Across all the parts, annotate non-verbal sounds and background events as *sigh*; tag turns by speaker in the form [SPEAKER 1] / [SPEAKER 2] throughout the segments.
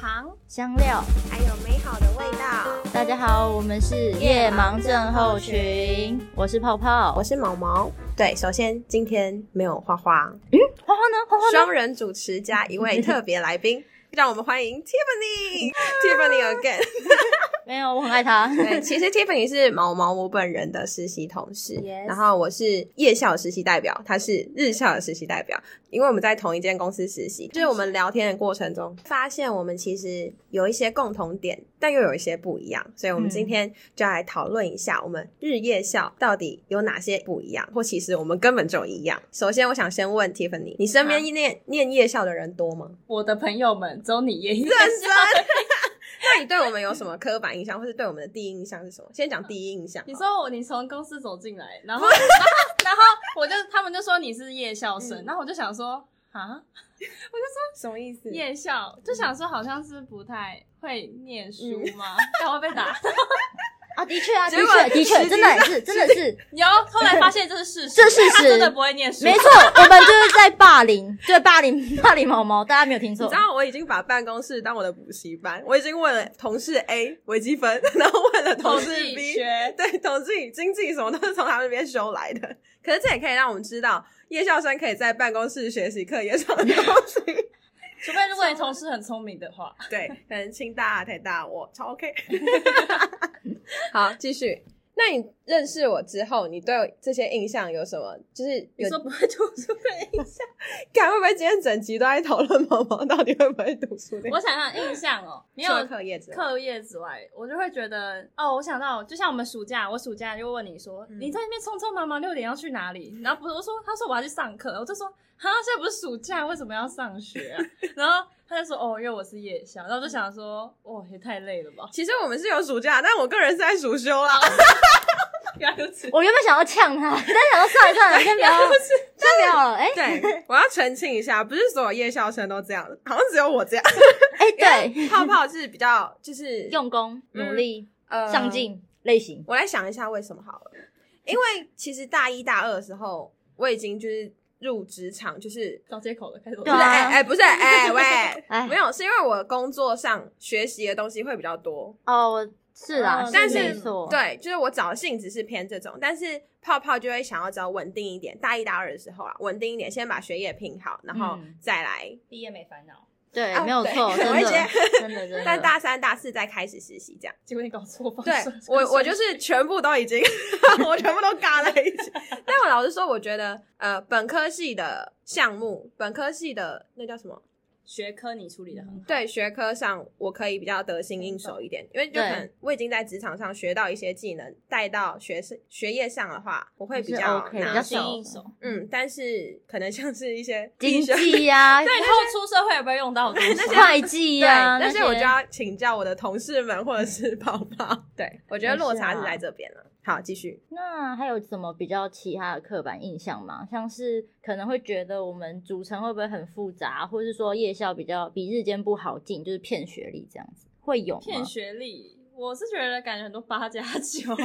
[SPEAKER 1] 糖，
[SPEAKER 2] 香料。
[SPEAKER 1] 还有美好的味道。
[SPEAKER 2] 大家好，我们是夜盲症候群，我是泡泡，
[SPEAKER 3] 我是毛毛。对，首先今天没有花
[SPEAKER 2] 花
[SPEAKER 3] 花，
[SPEAKER 2] 花呢？花花呢？
[SPEAKER 3] *laughs* 双人主持加一位特别来宾，让我们欢迎 *laughs* Tiffany，Tiffany again。
[SPEAKER 2] 没有，我很爱他。 *laughs*
[SPEAKER 3] 对，其实 Tiffany 是毛毛我本人的实习同事
[SPEAKER 2] Yes
[SPEAKER 3] 然后我是夜校实习代表，他是日校的实习代表，因为我们在同一间公司实习，就是我们聊天的过程中发现我们其实有一些共同点，但又有一些不一样，所以我们
[SPEAKER 2] 嗯
[SPEAKER 3] 今天就来讨论一下我们日夜校到底有哪些不一样，或其实我们根本就一样。首先，我想先问 Tiffany，你身边念念夜校的人多吗？
[SPEAKER 4] *laughs* 我的朋友们，只有你爷爷。
[SPEAKER 3] 本身。 *laughs* 那你对我们有什么刻板印象，或是对我们的第一印象是什么？先讲第一印象好了。
[SPEAKER 4] 你说我，你从公司走进来，然后，然后，然后我就他们就说你是夜校生，
[SPEAKER 3] 嗯
[SPEAKER 4] 然后我就想说啊，
[SPEAKER 3] 什么意思？
[SPEAKER 4] 夜校就想说好像是不太会念书吗？但会被打。
[SPEAKER 2] *laughs* 啊，的确啊，的
[SPEAKER 3] 结果
[SPEAKER 2] 确，的确，
[SPEAKER 3] 实际
[SPEAKER 2] 真的是，真的是，
[SPEAKER 4] 有，后来发现这是事实，
[SPEAKER 2] 这是事实
[SPEAKER 4] 他真的不会念书。
[SPEAKER 2] 没错，我们就是在霸凌，对霸凌， *laughs* 霸凌毛毛，大家没有听
[SPEAKER 3] 你
[SPEAKER 2] 错
[SPEAKER 4] 啊
[SPEAKER 3] 知。道我已经把办公室当我的补习班，我已经问了同事 A 微积分， *laughs* 然后问了同
[SPEAKER 4] 统
[SPEAKER 3] 事
[SPEAKER 4] 计
[SPEAKER 3] B，
[SPEAKER 4] 学，
[SPEAKER 3] 对，统计、经济什么都是从他们那边修来 *laughs* 的。可是这也可以让我们知道，夜校生可以在办公室学习课业上的东 *laughs* 西。
[SPEAKER 4] 除非如果你同事很聪明的话，
[SPEAKER 3] 对，可能清大、台大，我超 OK。好，继续。那你认识我之后，你对这些印象有什么？就是
[SPEAKER 4] 你
[SPEAKER 3] 有
[SPEAKER 4] 说不会读书的印象，
[SPEAKER 3] 看会不会今天整集都在讨论毛毛到底会不会读书的？
[SPEAKER 4] 我想想印象哦，没
[SPEAKER 3] 除
[SPEAKER 4] 有
[SPEAKER 3] 了课业之外
[SPEAKER 4] 课业之外，我就会觉得哦，我想到，就像我们暑假，我暑假就问你说，
[SPEAKER 3] 嗯，
[SPEAKER 4] 你在那边匆匆忙忙六点要去哪里？然后不是我说，他说我要去上课，我就说，哈，现在不是暑假，为什么要上学、啊？ *laughs* 然后他就说，哦，因为我是夜校，然后我就想说，哦，也太累了吧
[SPEAKER 3] 其实我们是有暑假，但我个人是在暑休啊啦。
[SPEAKER 4] 原来如此。
[SPEAKER 2] 我原本想要呛他，但 *laughs* 想说算了算了，
[SPEAKER 4] *laughs*
[SPEAKER 2] 先不要，先不要了。哎
[SPEAKER 3] 哦对，我要澄清一下，不是所有夜校生都这样，好像只有我这样。
[SPEAKER 2] 哎，对，
[SPEAKER 3] 泡泡是比较就是
[SPEAKER 2] 用功、
[SPEAKER 3] 嗯
[SPEAKER 2] 努力、
[SPEAKER 3] 呃
[SPEAKER 2] 上。进类型。
[SPEAKER 3] 我来想一下为什么好了，因为其实大一大二的时候，我已经就是入职场，就是
[SPEAKER 4] 找借口了，开始。
[SPEAKER 2] 对
[SPEAKER 3] 不是
[SPEAKER 2] 啊
[SPEAKER 3] 哎
[SPEAKER 4] *laughs*
[SPEAKER 3] 哎、不是哎、
[SPEAKER 2] 哎
[SPEAKER 3] 喂，没有，是因为我工作上学习的东西会比较多，
[SPEAKER 2] 哦，我是啊，
[SPEAKER 4] 嗯
[SPEAKER 3] 但
[SPEAKER 2] 没
[SPEAKER 3] 是
[SPEAKER 2] 错，
[SPEAKER 3] 对，就是我找的性质是偏这种，但是泡泡就会想要找稳定一点，大一大二的时候啊，稳定一点，先把学业拼好，然后
[SPEAKER 2] 嗯
[SPEAKER 3] 再来。
[SPEAKER 4] 毕业没烦恼，
[SPEAKER 2] 对，
[SPEAKER 3] 啊
[SPEAKER 2] 没有
[SPEAKER 3] 对
[SPEAKER 2] 错，
[SPEAKER 3] 我
[SPEAKER 2] 真
[SPEAKER 3] 会
[SPEAKER 2] 的
[SPEAKER 3] 觉得，
[SPEAKER 2] 真的，真的。哦
[SPEAKER 3] 但 *laughs* 大三、大四再开始实习，这样。
[SPEAKER 4] 结果你搞错方
[SPEAKER 3] 对
[SPEAKER 4] 向。 *laughs*
[SPEAKER 3] 我，我就是全部都已经， *laughs* 我全部都嘎在一起。但我老实说，我觉得呃，本科系的项目，本科系的那叫什么？
[SPEAKER 4] 学科你处理的很好，
[SPEAKER 3] 对学科上，我可以比较得心应手一点，因为就可能我已经在职场上学到一些技能，带到学生学业上的话，我啊会比
[SPEAKER 2] 是
[SPEAKER 3] 较
[SPEAKER 2] OK 的
[SPEAKER 3] 拿
[SPEAKER 4] 比
[SPEAKER 2] 较
[SPEAKER 4] 较
[SPEAKER 2] 手
[SPEAKER 4] 新应手。
[SPEAKER 3] 嗯，但是可能像是一些
[SPEAKER 2] 经
[SPEAKER 3] 必修
[SPEAKER 2] 济啊呀、
[SPEAKER 4] 对，以后出社会有没有用到的东西？ *laughs*
[SPEAKER 2] 会计
[SPEAKER 3] 对，
[SPEAKER 2] 呀、
[SPEAKER 3] 但是
[SPEAKER 2] 那
[SPEAKER 3] 我
[SPEAKER 2] 些
[SPEAKER 3] 就要请教我的同事们或者是宝
[SPEAKER 2] *laughs*
[SPEAKER 3] 宝。对，我觉得落差
[SPEAKER 2] 没
[SPEAKER 3] 是
[SPEAKER 2] 事啊
[SPEAKER 3] 在这边了、好，继续。
[SPEAKER 2] 那还有什么比较其他的刻板印象吗？像是可能会觉得我们组成会不会很复杂，或是说夜校比较比日间不好进，就是骗学历这样子，会有吗？
[SPEAKER 4] 骗学历，我是觉得感觉很多八加九。 *laughs*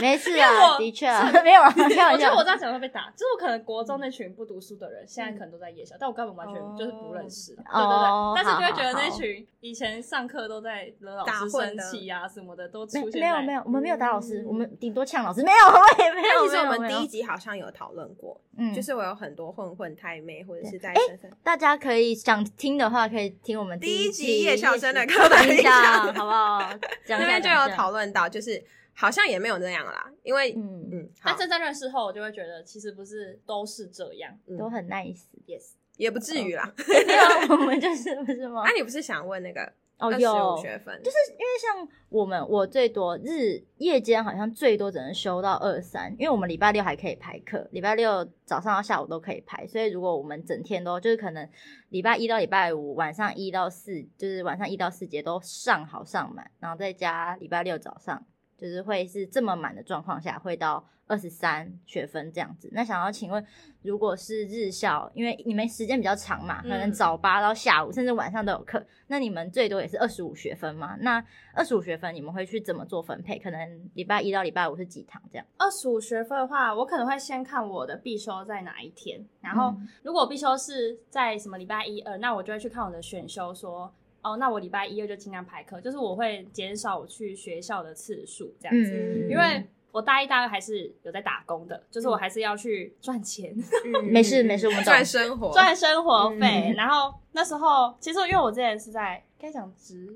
[SPEAKER 2] 没事
[SPEAKER 4] 因为
[SPEAKER 2] 啊，
[SPEAKER 4] 我
[SPEAKER 2] 的确啊， *laughs* 没有啊，开
[SPEAKER 4] 我
[SPEAKER 2] 玩
[SPEAKER 4] 觉
[SPEAKER 2] 笑
[SPEAKER 4] 得我。这样讲会被打，就是我可能国中那群不读书的人，现在可能都在夜校，但我根本完全就是不认识。对
[SPEAKER 2] 哦
[SPEAKER 4] 对对，但是就会觉得
[SPEAKER 2] 好好
[SPEAKER 4] 那群以前上课都在惹老
[SPEAKER 3] 打
[SPEAKER 4] 师
[SPEAKER 3] 混
[SPEAKER 4] 生
[SPEAKER 3] 的
[SPEAKER 4] 气啊什么的，都
[SPEAKER 2] 没
[SPEAKER 4] 出现
[SPEAKER 2] 没有
[SPEAKER 4] 在
[SPEAKER 2] 没有，我们没有打老师，
[SPEAKER 3] 嗯
[SPEAKER 2] 我们顶多呛老师，没有，我也没
[SPEAKER 3] 但
[SPEAKER 2] 有。
[SPEAKER 3] 其实
[SPEAKER 2] 没有
[SPEAKER 3] 我们
[SPEAKER 2] 没有
[SPEAKER 3] 第一集好像有讨论过，
[SPEAKER 2] 嗯，
[SPEAKER 3] 就是我有很多混混太妹或者是在深圳
[SPEAKER 2] 大家可以想听的话，可以听我们
[SPEAKER 3] 第
[SPEAKER 2] 一
[SPEAKER 3] 一
[SPEAKER 2] 集
[SPEAKER 3] 集夜校生的
[SPEAKER 2] 刻
[SPEAKER 3] 刻
[SPEAKER 2] 板
[SPEAKER 3] 板
[SPEAKER 2] 印
[SPEAKER 3] 印
[SPEAKER 2] 象，
[SPEAKER 3] 象
[SPEAKER 2] 好不好？讲一
[SPEAKER 3] 那
[SPEAKER 2] 下
[SPEAKER 3] 边就
[SPEAKER 2] 讲一
[SPEAKER 3] 有
[SPEAKER 2] 下
[SPEAKER 3] 讨论到，就是好像也没有那样啦，因为嗯
[SPEAKER 2] 嗯，
[SPEAKER 3] 嗯，好
[SPEAKER 4] 但真正认识后，我就会觉得其实不是都是这样。
[SPEAKER 3] 嗯
[SPEAKER 2] 都很 nice。
[SPEAKER 4] Yes，
[SPEAKER 3] 也不至于啦。
[SPEAKER 2] *laughs* 对啊，我们就是不是吗
[SPEAKER 3] 那？你不是想问那个
[SPEAKER 2] 哦，
[SPEAKER 3] 啊二十
[SPEAKER 2] 有
[SPEAKER 3] 五，学分？
[SPEAKER 2] 就是因为像我们，我最多日夜间好像最多只能休到二三，因为我们礼拜六还可以排课，礼拜六早上到下午都可以排，所以如果我们整天都就是可能礼拜一到礼拜五晚上一到四，就是晚上一到四节都上好上满，然后再加礼拜六早上，就是会是这么满的状况下，会到二十三学分这样子。那想要请问，如果是日校，因为你们时间比较长嘛，可能
[SPEAKER 3] 嗯
[SPEAKER 2] 早八到下午，甚至晚上都有课，那你们最多也是二十五学分吗？那二十五学分你们会去怎么做分配？可能礼拜一到礼拜五是几堂这样？
[SPEAKER 4] 二十五学分的话，我可能会先看我的必修在哪一天，然后
[SPEAKER 2] 嗯
[SPEAKER 4] 如果必修是在什么礼拜一、二，那我就会去看我的选修说。哦，那我礼拜一二就尽量排课，就是我会减少我去学校的次数这样子，
[SPEAKER 2] 嗯，
[SPEAKER 4] 因为我大一、大二还是有在打工的，就是
[SPEAKER 3] 嗯
[SPEAKER 4] 我还是要去赚钱，
[SPEAKER 2] *laughs* 没事没事，我们懂。
[SPEAKER 3] 赚嗯生活，
[SPEAKER 4] *laughs* 赚生活费。
[SPEAKER 2] 嗯
[SPEAKER 4] 然后那时候，其实因为我之前是在该讲职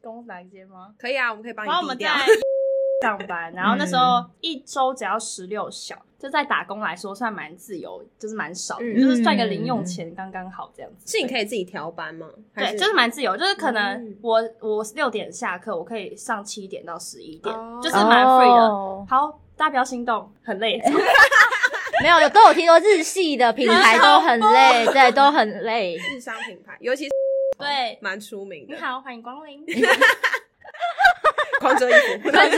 [SPEAKER 4] 工哪一间吗？
[SPEAKER 3] 可以啊，我们可以帮
[SPEAKER 4] 然后我
[SPEAKER 3] 你嗯
[SPEAKER 4] 们
[SPEAKER 3] 低
[SPEAKER 4] 在
[SPEAKER 3] 调。
[SPEAKER 4] *laughs* 上班，然后那时候一周只要十六小，就在打工来说算蛮自由，就是蛮少的，
[SPEAKER 3] 嗯
[SPEAKER 4] 就是赚个零用钱刚刚好这样子。
[SPEAKER 3] 是你可以自己调班吗？还
[SPEAKER 4] 对，就是蛮自由，就是可能
[SPEAKER 3] 嗯
[SPEAKER 4] 我、我六点下课，我可以上七点到十一点，
[SPEAKER 3] 哦
[SPEAKER 4] 嗯就是蛮 free 的。
[SPEAKER 2] 哦
[SPEAKER 4] 好，大家不要心动，很
[SPEAKER 3] *laughs*
[SPEAKER 4] 累。 *laughs*
[SPEAKER 2] 没有，有都有听说日系的品牌都很累，对，都很累。
[SPEAKER 3] 日商品牌，尤其是
[SPEAKER 4] 对，
[SPEAKER 3] 蛮出名
[SPEAKER 4] 你
[SPEAKER 3] 的，
[SPEAKER 4] 好，欢迎光
[SPEAKER 2] *laughs*
[SPEAKER 4] 临。
[SPEAKER 3] 狂遮衣服，
[SPEAKER 5] 穿衣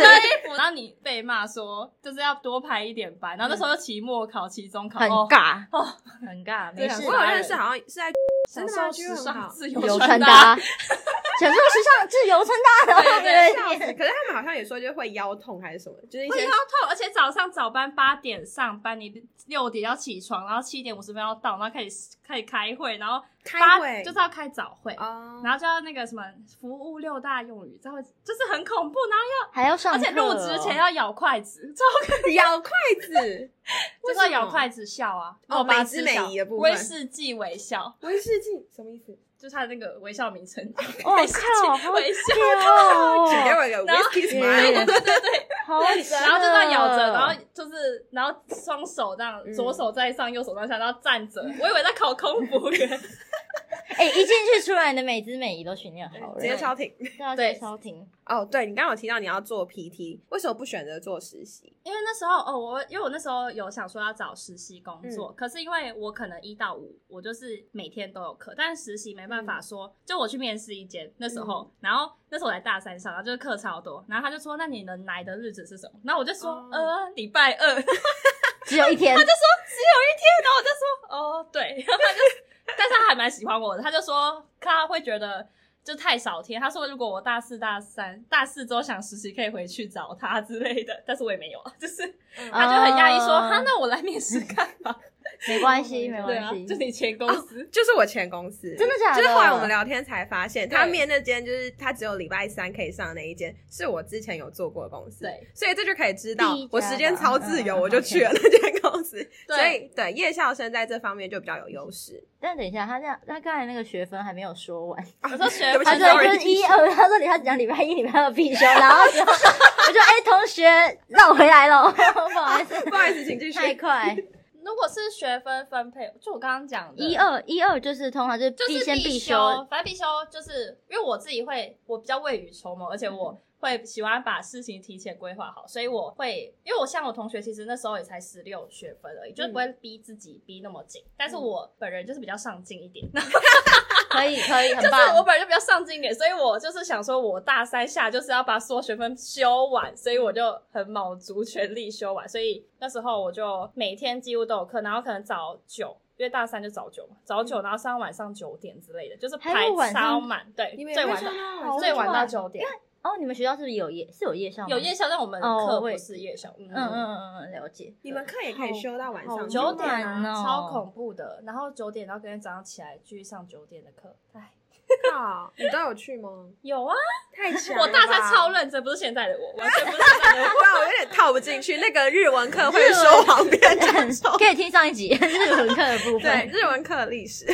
[SPEAKER 5] 服，然后你被骂说就是要多排一点班，然后那时候又期末考、期中考，
[SPEAKER 2] 嗯很
[SPEAKER 5] 哦，
[SPEAKER 2] 尬，
[SPEAKER 4] 哦
[SPEAKER 2] 很尬，
[SPEAKER 5] 对
[SPEAKER 2] 没
[SPEAKER 5] 啊
[SPEAKER 2] 事
[SPEAKER 3] 我。有认识，好像是在
[SPEAKER 5] 享
[SPEAKER 3] 真的
[SPEAKER 5] 受
[SPEAKER 3] 吗？
[SPEAKER 5] 时
[SPEAKER 3] 很
[SPEAKER 5] 尚
[SPEAKER 3] 好，
[SPEAKER 5] 自
[SPEAKER 2] 有
[SPEAKER 5] 由
[SPEAKER 2] 穿
[SPEAKER 5] 穿
[SPEAKER 4] *laughs*
[SPEAKER 2] 搭，享受时尚自由穿搭的，哦
[SPEAKER 5] 对
[SPEAKER 3] 笑死！可是他们好像也说就是会腰痛还是什么，就是一
[SPEAKER 4] 会
[SPEAKER 3] 些
[SPEAKER 4] 腰痛，而且早上早班八点上班，你六点要起床，然后七点五十分要到，然后开始开始开会，然后
[SPEAKER 3] 开
[SPEAKER 4] 八
[SPEAKER 3] 会
[SPEAKER 4] 就是要开早会，
[SPEAKER 3] 哦
[SPEAKER 4] 然后就要那个什么服务六大用语，这样就是很恐怖。然后
[SPEAKER 2] 还要
[SPEAKER 4] 要
[SPEAKER 2] 上
[SPEAKER 4] 而
[SPEAKER 2] 课哦，
[SPEAKER 4] 且入职前要咬筷子，超
[SPEAKER 3] *laughs* 咬筷子，
[SPEAKER 4] 就是要咬筷子笑啊，
[SPEAKER 3] 哦
[SPEAKER 4] 肉包
[SPEAKER 3] 美
[SPEAKER 4] 之
[SPEAKER 3] 姿
[SPEAKER 4] 笑
[SPEAKER 3] 美仪的部分
[SPEAKER 4] 威士忌微笑，
[SPEAKER 3] 威士忌什么意思？
[SPEAKER 4] 就是它的那个微笑名称，
[SPEAKER 2] 哦
[SPEAKER 4] 威士忌 *laughs*
[SPEAKER 2] 靠好
[SPEAKER 4] 微笑。
[SPEAKER 3] 请给
[SPEAKER 2] 哦，
[SPEAKER 3] 我一个 whisky
[SPEAKER 2] 对
[SPEAKER 3] smile，
[SPEAKER 4] *laughs*
[SPEAKER 2] 好赞哦，
[SPEAKER 4] 然后就这样咬着，然后就是，然后双手这样，
[SPEAKER 3] 嗯
[SPEAKER 4] 左手在上，右手在下，然后站着。
[SPEAKER 2] 嗯
[SPEAKER 4] 我以为在考空服员，
[SPEAKER 2] 哎，一进去出来，你的美姿美仪都训练好了，
[SPEAKER 3] 直接超挺。
[SPEAKER 2] 对啊，
[SPEAKER 4] 对
[SPEAKER 2] 超停。
[SPEAKER 3] 哦，对你刚刚有提到你要做 PT，为什么不选择做实习？
[SPEAKER 4] 因为那时候哦，我因为我那时候有想说要找实习工作，
[SPEAKER 2] 嗯
[SPEAKER 4] 可是因为我可能一到五我就是每天都有课，但实习没办法
[SPEAKER 2] 嗯
[SPEAKER 4] 说，就我去面试一间那时候，然后那时候我在大三上，然后就是课超多，然后他就说那你能来的日子是什么？然后我就说、
[SPEAKER 3] 哦
[SPEAKER 4] 呃礼拜二，然后
[SPEAKER 2] 只有一
[SPEAKER 4] *laughs*
[SPEAKER 2] 天，
[SPEAKER 4] 我就说哦对，然后他就，但是他还蛮喜欢我的，他就说他会觉得。就太少天，他说如果我大四、大三、大四之后想实习，可以回去找他之类的，但是我也没有，啊就是他就很压抑说：“
[SPEAKER 2] 哦
[SPEAKER 4] 哈，那我来面试干嘛
[SPEAKER 2] *laughs* 没关系，没？”
[SPEAKER 4] 对
[SPEAKER 2] 关
[SPEAKER 4] 啊，
[SPEAKER 2] 系，
[SPEAKER 4] 就你前公司，
[SPEAKER 3] 就是我前公司，
[SPEAKER 2] 真的假的？
[SPEAKER 3] 就是后来我们聊天才发现，
[SPEAKER 4] 对
[SPEAKER 3] 他面那间就是他只有礼拜三可以上的那一间，是我之前有做过的公司，
[SPEAKER 4] 对，
[SPEAKER 3] 所以这就可以知道
[SPEAKER 2] 第一家
[SPEAKER 3] 我时间超自由，
[SPEAKER 2] 的嗯
[SPEAKER 3] 我就去了那间公司。
[SPEAKER 4] 对
[SPEAKER 3] 所以对夜校生在这方面就比较有
[SPEAKER 2] *laughs*
[SPEAKER 3] 优势。
[SPEAKER 2] 但等一下，他这样，他刚才那个学分还没有说完。
[SPEAKER 3] 我
[SPEAKER 4] 说学
[SPEAKER 3] 对不起
[SPEAKER 2] 他
[SPEAKER 4] 分
[SPEAKER 2] 说
[SPEAKER 4] ，sorry
[SPEAKER 2] 就是一二，他说你他讲礼拜一、礼拜二必修，然后之后我就哎、同学绕回来了， *laughs* 不好意思，
[SPEAKER 4] *laughs*
[SPEAKER 3] 不好意思，请继续。
[SPEAKER 2] 太快。
[SPEAKER 4] 如果是学分分配，就我刚刚讲的，
[SPEAKER 2] 一二一二就是通常就是
[SPEAKER 4] 就
[SPEAKER 2] 必
[SPEAKER 4] 是
[SPEAKER 2] 先
[SPEAKER 4] 必
[SPEAKER 2] 修，
[SPEAKER 4] 反正必修就是因为我自己会，我比较未雨绸缪，而且我
[SPEAKER 2] 嗯
[SPEAKER 4] 会喜欢把事情提前规划好，所以我会，因为我像我同学，其实那时候也才十六学分而已，
[SPEAKER 2] 嗯
[SPEAKER 4] 就是不会逼自己逼那么紧，但是我本人就是比较上进一点，
[SPEAKER 2] 可以可以，很
[SPEAKER 4] *laughs* 就是我
[SPEAKER 2] 棒。
[SPEAKER 4] 本来就比较上进一点，所以我就是想说，我大三下就是要把所有学分修完，所以我就很卯足全力修完。所以那时候我就每天几乎都有课，然后可能早九，因为大三就早九嘛，早九，然后上到晚上九点之类的，就是
[SPEAKER 2] 嗯还
[SPEAKER 4] 排
[SPEAKER 2] 有晚上
[SPEAKER 4] 超满，对
[SPEAKER 3] 你们，
[SPEAKER 4] 最
[SPEAKER 3] 有没有
[SPEAKER 4] 晚
[SPEAKER 3] 上
[SPEAKER 4] 到
[SPEAKER 3] 到
[SPEAKER 2] 好
[SPEAKER 4] 最晚
[SPEAKER 2] 晚
[SPEAKER 4] 到九点，
[SPEAKER 2] 哦，你们学校是不是有夜是有夜校吗？
[SPEAKER 4] 有夜校，但我们
[SPEAKER 2] 哦
[SPEAKER 4] 课
[SPEAKER 2] 我也
[SPEAKER 4] 不是夜校，嗯
[SPEAKER 2] 嗯，嗯嗯嗯，了解。
[SPEAKER 3] 你们课也可以修到晚上
[SPEAKER 4] 九
[SPEAKER 3] 九
[SPEAKER 4] 点
[SPEAKER 3] 点，
[SPEAKER 2] 好晚
[SPEAKER 4] 啊，
[SPEAKER 2] 哦
[SPEAKER 4] 超恐怖的。然后九点，然后隔天早上起来继续上九点的课，哎，
[SPEAKER 2] 啊
[SPEAKER 3] 靠你都有去吗？
[SPEAKER 4] 有啊，
[SPEAKER 3] 太强！
[SPEAKER 4] 我大三超。认真，不是现在的我，完全不是现在的我。
[SPEAKER 3] 哇，我有点套不进去。那个日文课会说旁边
[SPEAKER 2] *laughs*
[SPEAKER 3] 教
[SPEAKER 2] *laughs*
[SPEAKER 3] 授，
[SPEAKER 2] 可以听上一集日文课的部
[SPEAKER 3] 对，
[SPEAKER 2] 分。
[SPEAKER 3] 日文课的历史。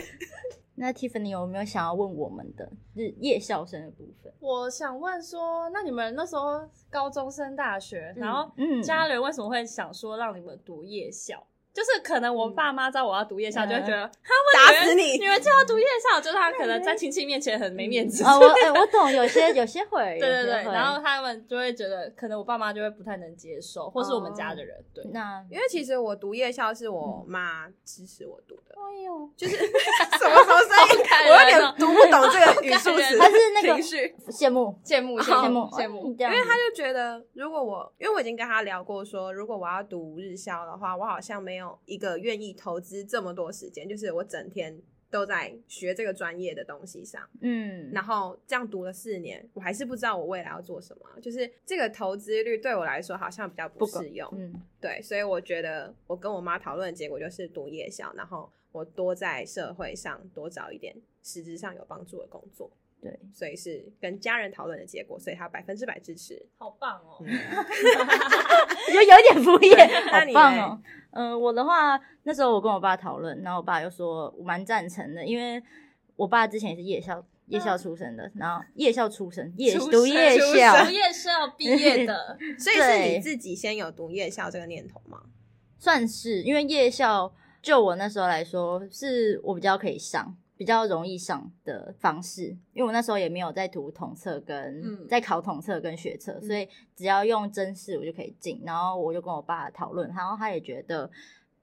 [SPEAKER 2] 那 Tiffany 有没有想要问我们的日夜校生的部分？
[SPEAKER 4] 我想问说，那你们那时候高中升大学，
[SPEAKER 3] 嗯
[SPEAKER 4] 然后
[SPEAKER 2] 嗯，
[SPEAKER 4] 家人为什么会想说让你们读夜校？就是可能我爸妈知道我要读夜校，
[SPEAKER 2] 嗯
[SPEAKER 4] 就会觉得
[SPEAKER 3] 打死
[SPEAKER 4] 你
[SPEAKER 3] 你！
[SPEAKER 4] 们就要读夜校，就是他可能在亲戚面前很没
[SPEAKER 2] *laughs*
[SPEAKER 4] 面子。
[SPEAKER 2] 哦，我哎、我懂，有 *laughs* 些有些会，
[SPEAKER 4] 对对
[SPEAKER 2] 有些
[SPEAKER 4] 对，
[SPEAKER 2] 会
[SPEAKER 4] 然后他们就会觉得，可能我爸妈就会不太能接受，或是我们家
[SPEAKER 2] 哦
[SPEAKER 4] 的人，对。
[SPEAKER 2] 那
[SPEAKER 3] 因为其实我读夜校是我
[SPEAKER 4] 嗯
[SPEAKER 3] 妈支持我读的， *laughs*
[SPEAKER 4] 哎呦，
[SPEAKER 3] 就是什么什么声音，
[SPEAKER 4] 感人
[SPEAKER 3] 我有
[SPEAKER 4] 哦
[SPEAKER 3] 点读不懂这个语
[SPEAKER 4] 好
[SPEAKER 3] 速
[SPEAKER 4] 感
[SPEAKER 3] 词，
[SPEAKER 4] 人哦
[SPEAKER 2] 他是那个
[SPEAKER 3] 情绪。
[SPEAKER 2] 羡慕
[SPEAKER 4] 羡慕
[SPEAKER 2] 哦羡
[SPEAKER 4] 羡
[SPEAKER 2] 慕
[SPEAKER 4] 慕羡慕，，
[SPEAKER 2] 因
[SPEAKER 3] 因为他就觉得，如果我，因为我已经跟他聊过说，如果我要读日校的话，我好像没有一个愿意投资这么多时间，就是我整天都在学这个专业的东西上，
[SPEAKER 2] 嗯，
[SPEAKER 3] 然后这样读了四年，我还是不知道我未来要做什么，就是这个投资率对我来说好像比较不
[SPEAKER 2] 够
[SPEAKER 3] 适用，
[SPEAKER 2] 嗯
[SPEAKER 3] 对，所以我觉得我跟我妈讨论的结果就是读夜校，然后我多在社会上多找一点实质上有帮助的工作，
[SPEAKER 2] 对，
[SPEAKER 3] 所以是跟家人讨论的结果，所以他百分之百支持。
[SPEAKER 4] 好棒哦！
[SPEAKER 2] 嗯我就有一点敷衍，
[SPEAKER 3] 那你
[SPEAKER 2] 好棒哦。嗯、我的话，那时候我跟我爸讨论，然后我爸又说我蛮赞成的，因为我爸之前也是夜校夜校出身的，然后夜校出身，夜
[SPEAKER 5] 出
[SPEAKER 2] 读
[SPEAKER 5] 身
[SPEAKER 2] 夜
[SPEAKER 3] 出
[SPEAKER 2] 校，
[SPEAKER 4] 我也是要毕业的，
[SPEAKER 3] 所以是你
[SPEAKER 2] 对
[SPEAKER 3] 自己先有读夜校这个念头吗？
[SPEAKER 2] 算是因为夜校，就我那时候来说，是我比较可以上。比较容易上的方式，因为我那时候也没有在读统测跟、
[SPEAKER 5] 嗯
[SPEAKER 2] 在考统测跟学测，
[SPEAKER 4] 嗯
[SPEAKER 2] 所以只要用真试我就可以进。然后我就跟我爸讨论，然后他也觉得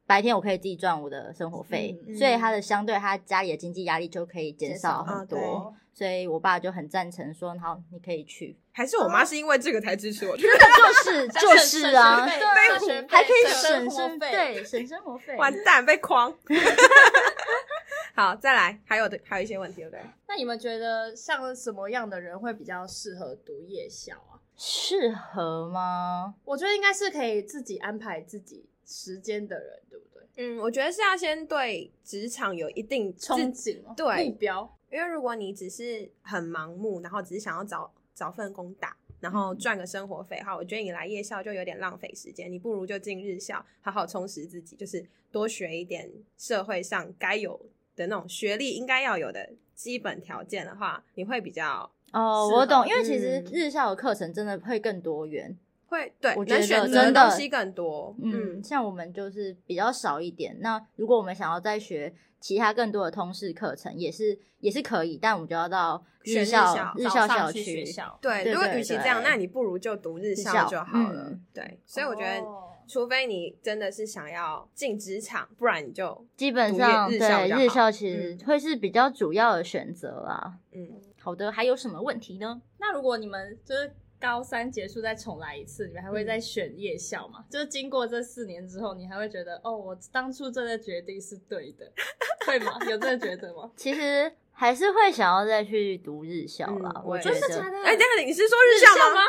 [SPEAKER 2] 白天我可以自己赚我的生活费，
[SPEAKER 3] 嗯
[SPEAKER 2] 所以他的相对他家里的经济压力就可以 *laughs* 减少
[SPEAKER 3] 减少
[SPEAKER 4] 啊
[SPEAKER 2] 很多。所以我爸就很赞成说，好，你可以
[SPEAKER 4] *laughs*
[SPEAKER 2] 去，
[SPEAKER 3] 还是我妈是因为这个才支持我去？
[SPEAKER 2] 就是就是啊，
[SPEAKER 4] 对
[SPEAKER 3] 被
[SPEAKER 4] 省学费
[SPEAKER 2] 还可以
[SPEAKER 4] 省
[SPEAKER 2] 省
[SPEAKER 4] 生活
[SPEAKER 2] 生
[SPEAKER 4] 费
[SPEAKER 2] 对省生活
[SPEAKER 4] *laughs*
[SPEAKER 2] 费。
[SPEAKER 3] *laughs* 完蛋，被框。 *laughs* 好，再来，还有的还有一些问题，对不对？
[SPEAKER 5] 那你们觉得像什么样的人会比较适合读夜校啊？
[SPEAKER 2] 适合吗？
[SPEAKER 5] 我觉得应该是可以自己安排自己时间的人，对不对？
[SPEAKER 3] 嗯，我觉得是要先对职场有一定自
[SPEAKER 5] 憧憬、哦，
[SPEAKER 3] 对
[SPEAKER 5] 目标，
[SPEAKER 3] 因为如果你只是很盲目，然后只是想要找找份工打，然后
[SPEAKER 2] 嗯
[SPEAKER 3] 赚个生活费哈，我觉得你来夜校就有点浪费时间，你不如就进日校，好好充实自己，就是多学一点社会上该有的那种学历应该要有的基本条件的话，你会比较
[SPEAKER 2] 哦，
[SPEAKER 5] 适合
[SPEAKER 2] 我懂，因为其实
[SPEAKER 3] 嗯
[SPEAKER 2] 日校的课程真的会更多元，
[SPEAKER 3] 会对
[SPEAKER 2] 我觉
[SPEAKER 3] 能
[SPEAKER 2] 得
[SPEAKER 3] 选择
[SPEAKER 2] 真的
[SPEAKER 3] 东西更多，
[SPEAKER 2] 嗯，像我们就是比较少一点。那如果我们想要再学其他更多的通识课程，也是也是可以，但我们就要到日
[SPEAKER 3] 选日
[SPEAKER 2] 校
[SPEAKER 3] 校
[SPEAKER 2] 日
[SPEAKER 4] 早
[SPEAKER 2] 校
[SPEAKER 4] 上
[SPEAKER 2] 校
[SPEAKER 4] 去
[SPEAKER 2] 区。
[SPEAKER 4] 学校，
[SPEAKER 3] 对，
[SPEAKER 2] 对
[SPEAKER 3] 如果
[SPEAKER 2] 对
[SPEAKER 3] 与其
[SPEAKER 2] 对
[SPEAKER 3] 这样，那你不如就读日校
[SPEAKER 2] 校
[SPEAKER 3] 就好了。
[SPEAKER 2] 嗯哦
[SPEAKER 3] 对，所以我觉得，除非你真的是想要进职场，不然你就
[SPEAKER 2] 基本上
[SPEAKER 3] 读日日校
[SPEAKER 2] 对
[SPEAKER 3] 就好
[SPEAKER 2] 日校其实会是比较主要的选择啦。
[SPEAKER 3] 嗯，
[SPEAKER 2] 好的，还有什么问题呢？
[SPEAKER 4] 那如果你们就是高三结束再重来一次，你们还会再选夜校吗？就是经过这四年之后，你还会觉得哦，我当初这个决定是对的， *laughs* 会吗？有这个觉得吗？
[SPEAKER 2] 其实还是会想要再去读日校啦，
[SPEAKER 3] 嗯我
[SPEAKER 2] 我
[SPEAKER 3] 也
[SPEAKER 2] 觉得
[SPEAKER 3] 是
[SPEAKER 4] 的
[SPEAKER 3] 哎，等一下你是说日校吗？